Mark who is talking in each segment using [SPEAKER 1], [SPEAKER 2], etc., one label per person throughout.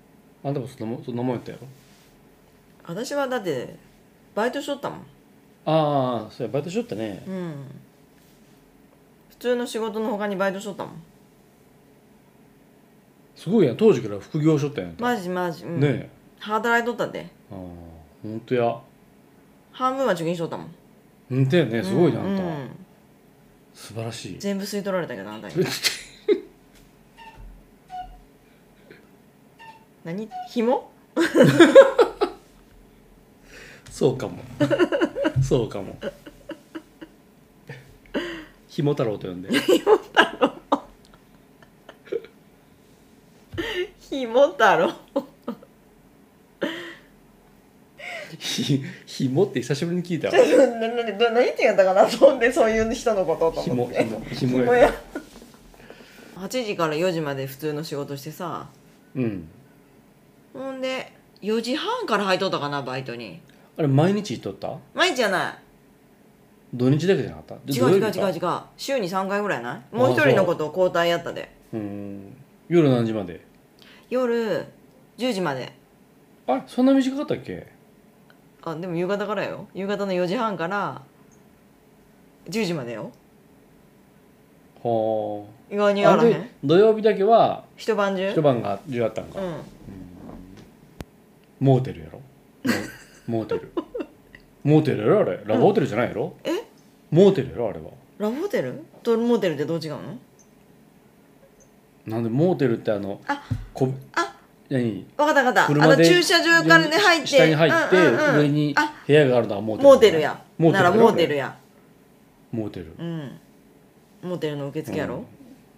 [SPEAKER 1] ろそんなもんそんなもんやったやろ
[SPEAKER 2] 私はだってバイトしとったもん
[SPEAKER 1] ああそうやバイトしとったね
[SPEAKER 2] うん普通の仕事の他にバイトしとったもん
[SPEAKER 1] すごいやん当時から副業しとったやん、
[SPEAKER 2] マジマジ、うん、
[SPEAKER 1] ねえ
[SPEAKER 2] 働いとったで
[SPEAKER 1] ああほんとや
[SPEAKER 2] 半分は貯金しとったもん
[SPEAKER 1] ほんとやねすごいなあんた、
[SPEAKER 2] うんうん
[SPEAKER 1] 素晴らしい
[SPEAKER 2] 全部吸い取られたけ どあんたに何紐
[SPEAKER 1] そう かもそうかもひも太郎と呼んで
[SPEAKER 2] 紐太郎
[SPEAKER 1] ひひもって久しぶりに聞いたわ
[SPEAKER 2] ななな何って言ったかなそんでそういう人のことと
[SPEAKER 1] ひも
[SPEAKER 2] 思っ
[SPEAKER 1] ひ
[SPEAKER 2] て
[SPEAKER 1] もひも
[SPEAKER 2] 紐
[SPEAKER 1] や
[SPEAKER 2] や8時から4時まで普通の仕事してさ
[SPEAKER 1] うん
[SPEAKER 2] ほんで4時半から入っとったかなバイトに
[SPEAKER 1] あれ毎日行っとった
[SPEAKER 2] 毎日じゃない
[SPEAKER 1] 土日だけじゃなかった
[SPEAKER 2] 違
[SPEAKER 1] 土
[SPEAKER 2] う違
[SPEAKER 1] 曜
[SPEAKER 2] う
[SPEAKER 1] 日か
[SPEAKER 2] 違う違う週に3回ぐらいないもう一人のことを交代やったで
[SPEAKER 1] うーん夜何時まで
[SPEAKER 2] 夜10時まで
[SPEAKER 1] あれそんな短かったっけ
[SPEAKER 2] あでも夕方からよ夕方の4時半から10時までよ
[SPEAKER 1] は
[SPEAKER 2] 意外に
[SPEAKER 1] あ
[SPEAKER 2] あ
[SPEAKER 1] あ
[SPEAKER 2] らへ
[SPEAKER 1] で
[SPEAKER 2] ん
[SPEAKER 1] 土曜日だけは
[SPEAKER 2] 一晩中
[SPEAKER 1] 一晩が中あったんか
[SPEAKER 2] うん
[SPEAKER 1] モーテルやろモーテルモーテルやろあれラブホテルじゃないやろ、
[SPEAKER 2] え
[SPEAKER 1] モーテルやろあれは
[SPEAKER 2] ラブホテルとモテルってどう違うの
[SPEAKER 1] なんでモーテルってあの
[SPEAKER 2] あ
[SPEAKER 1] こ
[SPEAKER 2] あ
[SPEAKER 1] 何
[SPEAKER 2] わかったわかったあ
[SPEAKER 1] 車
[SPEAKER 2] の
[SPEAKER 1] で
[SPEAKER 2] 駐車場からね入って
[SPEAKER 1] 下に入って、
[SPEAKER 2] うんうんうん
[SPEAKER 1] 上に
[SPEAKER 2] あ
[SPEAKER 1] 部屋があるのはモーテル
[SPEAKER 2] モーテルや
[SPEAKER 1] モーテ
[SPEAKER 2] な
[SPEAKER 1] ル
[SPEAKER 2] ら
[SPEAKER 1] やろ
[SPEAKER 2] モーテルや
[SPEAKER 1] モーテル
[SPEAKER 2] うんモーテルの受付やろ、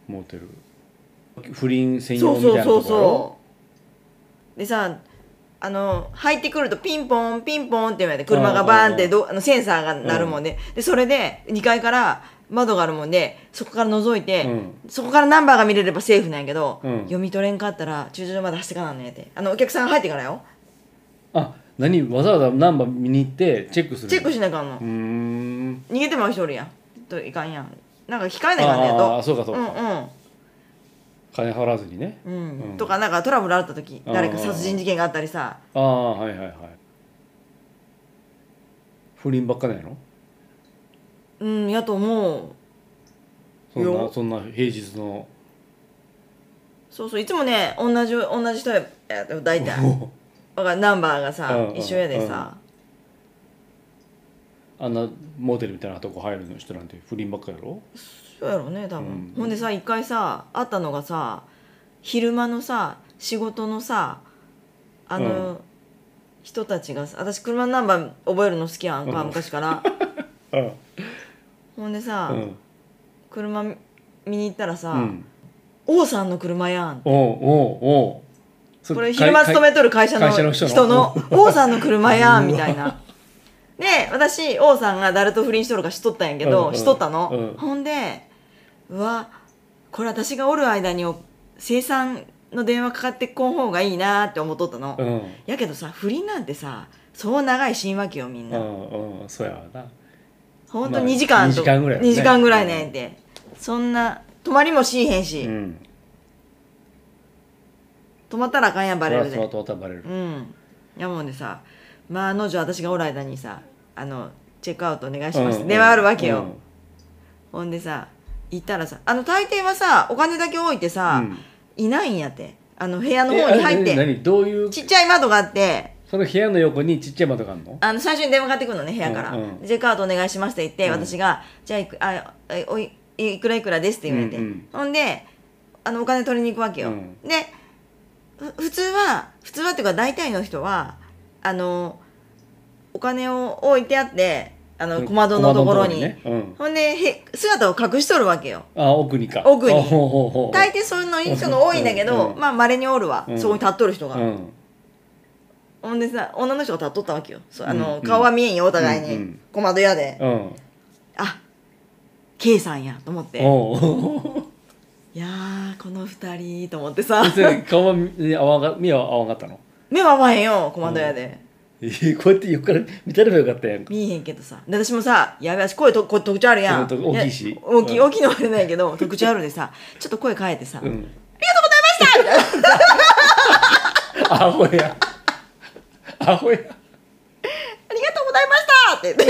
[SPEAKER 1] モーテル不倫専用
[SPEAKER 2] そ
[SPEAKER 1] み
[SPEAKER 2] う
[SPEAKER 1] たい
[SPEAKER 2] そう
[SPEAKER 1] な
[SPEAKER 2] そ
[SPEAKER 1] とこ
[SPEAKER 2] う
[SPEAKER 1] やろ
[SPEAKER 2] そうでさあの入ってくるとピンポンピンポンって言われて車がバーンってどあのセンサーが鳴るもんで,、でそれで2階から窓があるもんでそこから覗いて、そこからナンバーが見れればセーフなんやけど、
[SPEAKER 1] うん
[SPEAKER 2] 読み取れんかったら駐車場まで走ってかなんねやてあのお客さんが入ってからよ
[SPEAKER 1] うん、あ何わざわざナンバー見に行ってチェックする
[SPEAKER 2] チェック
[SPEAKER 1] し
[SPEAKER 2] しなあかんの
[SPEAKER 1] うーん
[SPEAKER 2] 逃げてまう人おるやんちょっといかんやんなんか控えないかんねや
[SPEAKER 1] ああ
[SPEAKER 2] と
[SPEAKER 1] そうかそう
[SPEAKER 2] う
[SPEAKER 1] か、
[SPEAKER 2] ん
[SPEAKER 1] 金払わずにね
[SPEAKER 2] うん、うん
[SPEAKER 1] うん
[SPEAKER 2] とかなんかトラブルあった時
[SPEAKER 1] あー
[SPEAKER 2] 誰か殺人事件があったりさ
[SPEAKER 1] ああはいはいはい不倫ばっかなんやろ
[SPEAKER 2] うんやと思う
[SPEAKER 1] そんな
[SPEAKER 2] よ
[SPEAKER 1] そんな平日の
[SPEAKER 2] そうそういつもね同じ同じ人やや大体わかるナンバーがさ、
[SPEAKER 1] うんうん
[SPEAKER 2] 一緒やでさ、
[SPEAKER 1] あんなモーテルみたいなとこ入る人なんて不倫ばっかやろ
[SPEAKER 2] そうやろうね多分、
[SPEAKER 1] うん
[SPEAKER 2] ほんでさ一回さ会ったのがさ昼間のさ仕事のさあの、人たちがさ私車のナンバー覚えるの好きやんか、
[SPEAKER 1] うん
[SPEAKER 2] 昔から
[SPEAKER 1] うん
[SPEAKER 2] ほんでさ、
[SPEAKER 1] うん
[SPEAKER 2] 車見に行ったらさ、
[SPEAKER 1] うん
[SPEAKER 2] 王さんの車やん
[SPEAKER 1] おうおうおうそ
[SPEAKER 2] これ昼間勤
[SPEAKER 1] め
[SPEAKER 2] めとる会社の
[SPEAKER 1] 会社の人
[SPEAKER 2] 人
[SPEAKER 1] の
[SPEAKER 2] の王さんの車やんみたいなで私王さんが誰と不倫しとるかしとったんやけ
[SPEAKER 1] うん
[SPEAKER 2] ど、
[SPEAKER 1] うん
[SPEAKER 2] しとったの、
[SPEAKER 1] うん
[SPEAKER 2] ほんでうわこれ私がおる間にお生産の電話かかってこん方がいいなって思っとったの、
[SPEAKER 1] うん
[SPEAKER 2] やけどさ不倫なんてさそう長い神話期よみん
[SPEAKER 1] う
[SPEAKER 2] な、
[SPEAKER 1] んうんそうやわな
[SPEAKER 2] ほん
[SPEAKER 1] ま
[SPEAKER 2] と
[SPEAKER 1] あ
[SPEAKER 2] 2時間
[SPEAKER 1] 二
[SPEAKER 2] と、
[SPEAKER 1] 時間ぐらいだね
[SPEAKER 2] 2時間ぐらいねんって、そんな泊まりもしいへんし、
[SPEAKER 1] うん
[SPEAKER 2] 泊まったらあかんやんバレるで
[SPEAKER 1] そらそらとバレる
[SPEAKER 2] うんいやもうねさまあの女私がおる間にさあのチェックアウトお願いします、
[SPEAKER 1] うん
[SPEAKER 2] 電話あるわけよ、
[SPEAKER 1] うん
[SPEAKER 2] ほんでさ行ったらさあの大抵はさお金だけ置いてさ、
[SPEAKER 1] うん
[SPEAKER 2] いないんやってあの部屋の方に入
[SPEAKER 1] えあれ
[SPEAKER 2] って
[SPEAKER 1] 何どういう
[SPEAKER 2] ちっちゃい窓があって
[SPEAKER 1] その部屋の横にちっちゃい窓があるの
[SPEAKER 2] あの最初に電話かかってくるのね部屋から、
[SPEAKER 1] うんうん
[SPEAKER 2] チェックアウトお願いしますって言って、
[SPEAKER 1] うん
[SPEAKER 2] 私が「じゃあいくあえおいいくらいくらです」って言われて、
[SPEAKER 1] うんうん
[SPEAKER 2] ほんであのお金取りに行くわけよ、
[SPEAKER 1] うん
[SPEAKER 2] でふ普通は普通はっていうか大体の人はあのお金を置いてあってあの小窓のところに
[SPEAKER 1] ねうん
[SPEAKER 2] ほんでへ姿を隠しとるわけよ
[SPEAKER 1] あ奥にか
[SPEAKER 2] 奥に
[SPEAKER 1] あほうほうほう
[SPEAKER 2] 大抵そういうのいい人が多いんだけ
[SPEAKER 1] うん
[SPEAKER 2] ど
[SPEAKER 1] うん
[SPEAKER 2] まあまれにおるわ、
[SPEAKER 1] うん
[SPEAKER 2] そこに立っとる人が、
[SPEAKER 1] うん
[SPEAKER 2] ほんでさ女の人が立っとったわけよそうあ
[SPEAKER 1] うん
[SPEAKER 2] の、
[SPEAKER 1] うん
[SPEAKER 2] 顔は見えんよお互いに、
[SPEAKER 1] うんうん
[SPEAKER 2] 小窓屋で、
[SPEAKER 1] うん
[SPEAKER 2] あ K さんやと思って
[SPEAKER 1] おう
[SPEAKER 2] いやーこの二人と思ってさ
[SPEAKER 1] それ顔は見合わが目は合わんかったの
[SPEAKER 2] 目は合わへんよコマンド屋で、
[SPEAKER 1] えーこうやって横から見たればよかったやんか
[SPEAKER 2] 見えへんけどさで私もさやべえ私声とこ特徴あるやん
[SPEAKER 1] うんと大きいし
[SPEAKER 2] や大きい
[SPEAKER 1] うん
[SPEAKER 2] 大きいのはあれない けど特徴あるでさちょっと声変えてさ、
[SPEAKER 1] うん アホやアホや
[SPEAKER 2] ありがとうございましたって 言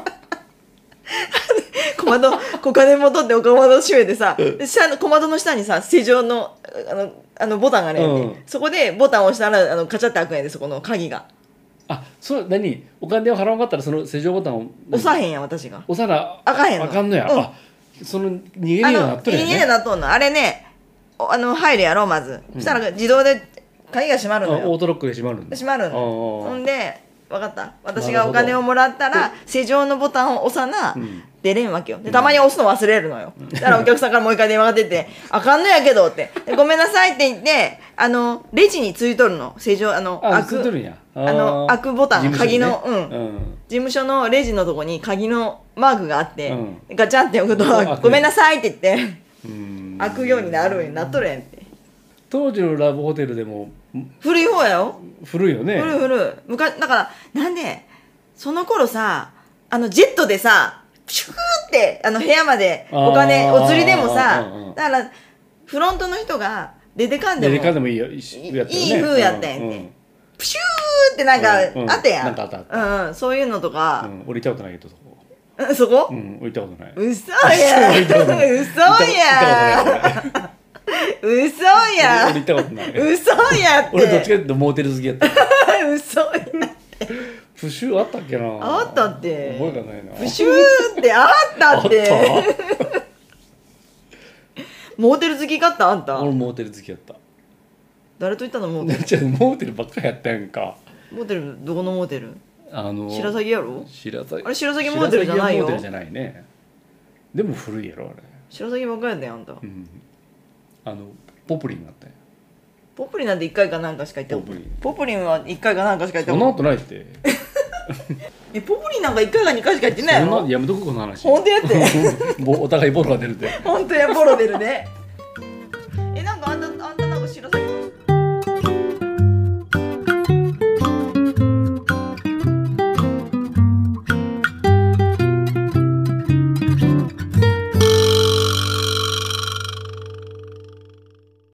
[SPEAKER 2] って。小窓、小金も取ってお小窓を閉めてさ、で下の小窓の下にさ、施錠の、あの、あのボタンがね、
[SPEAKER 1] うん
[SPEAKER 2] そこでボタンを押したら、あの、カチャって開くんやで、そこの鍵が。
[SPEAKER 1] あそう何お金を払わんかったらその施錠ボタンを
[SPEAKER 2] 押さへんやん、私が。
[SPEAKER 1] 押さな
[SPEAKER 2] あかんやんの
[SPEAKER 1] あかんのや、
[SPEAKER 2] うん
[SPEAKER 1] あその逃げるよう
[SPEAKER 2] あ
[SPEAKER 1] にな
[SPEAKER 2] の、
[SPEAKER 1] っ
[SPEAKER 2] 気
[SPEAKER 1] とるやん
[SPEAKER 2] に
[SPEAKER 1] ね
[SPEAKER 2] 入れなっとんの。あれね、おあの、入るやろ、まず。そしたら自動で鍵が閉まるの
[SPEAKER 1] あオ
[SPEAKER 2] よ。
[SPEAKER 1] ートロックで閉まるんだ
[SPEAKER 2] 閉まるのよ。
[SPEAKER 1] おうおう
[SPEAKER 2] ほんで、わかった私
[SPEAKER 1] なる
[SPEAKER 2] が
[SPEAKER 1] ほ
[SPEAKER 2] お
[SPEAKER 1] ど
[SPEAKER 2] 金をもらったら、施錠のボタンを押さな、
[SPEAKER 1] うん
[SPEAKER 2] 出れんわけよでたまに押すの忘れるのよだからお客さんからもう一回電話が出て「あかんのやけど」ってで「ごめんなさい」って言ってあのレジについとるの正常あの
[SPEAKER 1] あ
[SPEAKER 2] 開
[SPEAKER 1] ついとるん
[SPEAKER 2] く
[SPEAKER 1] や
[SPEAKER 2] あの開くボタン
[SPEAKER 1] 事務所に
[SPEAKER 2] 鍵のうん
[SPEAKER 1] うん
[SPEAKER 2] 事務所のレジのとこに鍵のマークがあって、
[SPEAKER 1] う
[SPEAKER 2] ガチャンって置くと
[SPEAKER 1] 開くね
[SPEAKER 2] 「ごめんなさい」って言って
[SPEAKER 1] うん
[SPEAKER 2] 開くようになるようになっとるやんって
[SPEAKER 1] 当時のラブホテルでもん
[SPEAKER 2] 古い方やよ
[SPEAKER 1] 古いよね
[SPEAKER 2] 古い古い昔だからなんでその頃さあのジェットでさピシューってあの部屋までお金
[SPEAKER 1] あー
[SPEAKER 2] お釣りでもさ
[SPEAKER 1] うんうんうん
[SPEAKER 2] だからフロントの人が出てかんで
[SPEAKER 1] で
[SPEAKER 2] も
[SPEAKER 1] でかでもいいよいいやったよね
[SPEAKER 2] いい風やったんやて
[SPEAKER 1] うんうん
[SPEAKER 2] プシューってなんか
[SPEAKER 1] うんうん
[SPEAKER 2] あったやん,、
[SPEAKER 1] なんかあったあっ
[SPEAKER 2] うんうん、そういうのと
[SPEAKER 1] う
[SPEAKER 2] か、
[SPEAKER 1] ん俺行ったことないけどそこ
[SPEAKER 2] うん そこ、
[SPEAKER 1] うん俺行ったことないう
[SPEAKER 2] そや
[SPEAKER 1] 行ったことない
[SPEAKER 2] 嘘
[SPEAKER 1] 行った
[SPEAKER 2] や
[SPEAKER 1] ことない
[SPEAKER 2] 嘘
[SPEAKER 1] 俺
[SPEAKER 2] や
[SPEAKER 1] 俺行ったことない
[SPEAKER 2] 嘘やって
[SPEAKER 1] 俺どっちかっていうとモーテル好きやった
[SPEAKER 2] 嘘や
[SPEAKER 1] プシューあったっけな
[SPEAKER 2] あったって
[SPEAKER 1] 覚えがないな
[SPEAKER 2] プシューってあったって
[SPEAKER 1] あっ
[SPEAKER 2] モーテル好きかったあん
[SPEAKER 1] た
[SPEAKER 2] た
[SPEAKER 1] 俺モーテル好きや った
[SPEAKER 2] 誰と行ったのモーテル
[SPEAKER 1] じゃあモーテルばっかやったやんか
[SPEAKER 2] モーテルどこのモーテル
[SPEAKER 1] あの
[SPEAKER 2] 白鷺やろ
[SPEAKER 1] 白鷺
[SPEAKER 2] あれ白鷺モーテルじゃない
[SPEAKER 1] 白鷺はモ
[SPEAKER 2] よ
[SPEAKER 1] ーテルじゃないねでも古いやろあれ
[SPEAKER 2] 白崎ばっかりやったよあんた
[SPEAKER 1] うんあのポプリンがあったやん
[SPEAKER 2] ポプリンなんて1回かなんかしか行ったこと
[SPEAKER 1] ポプリン
[SPEAKER 2] ポプリンは1回かなんかしか行った
[SPEAKER 1] そん
[SPEAKER 2] こ
[SPEAKER 1] な
[SPEAKER 2] と
[SPEAKER 1] ことない って
[SPEAKER 2] えポプリンなんか1回か2回しか行ってない
[SPEAKER 1] そんな
[SPEAKER 2] の
[SPEAKER 1] やめとくこの話
[SPEAKER 2] ほんとやって
[SPEAKER 1] ぼお互いボロが出るって
[SPEAKER 2] ほんとやボロ出るね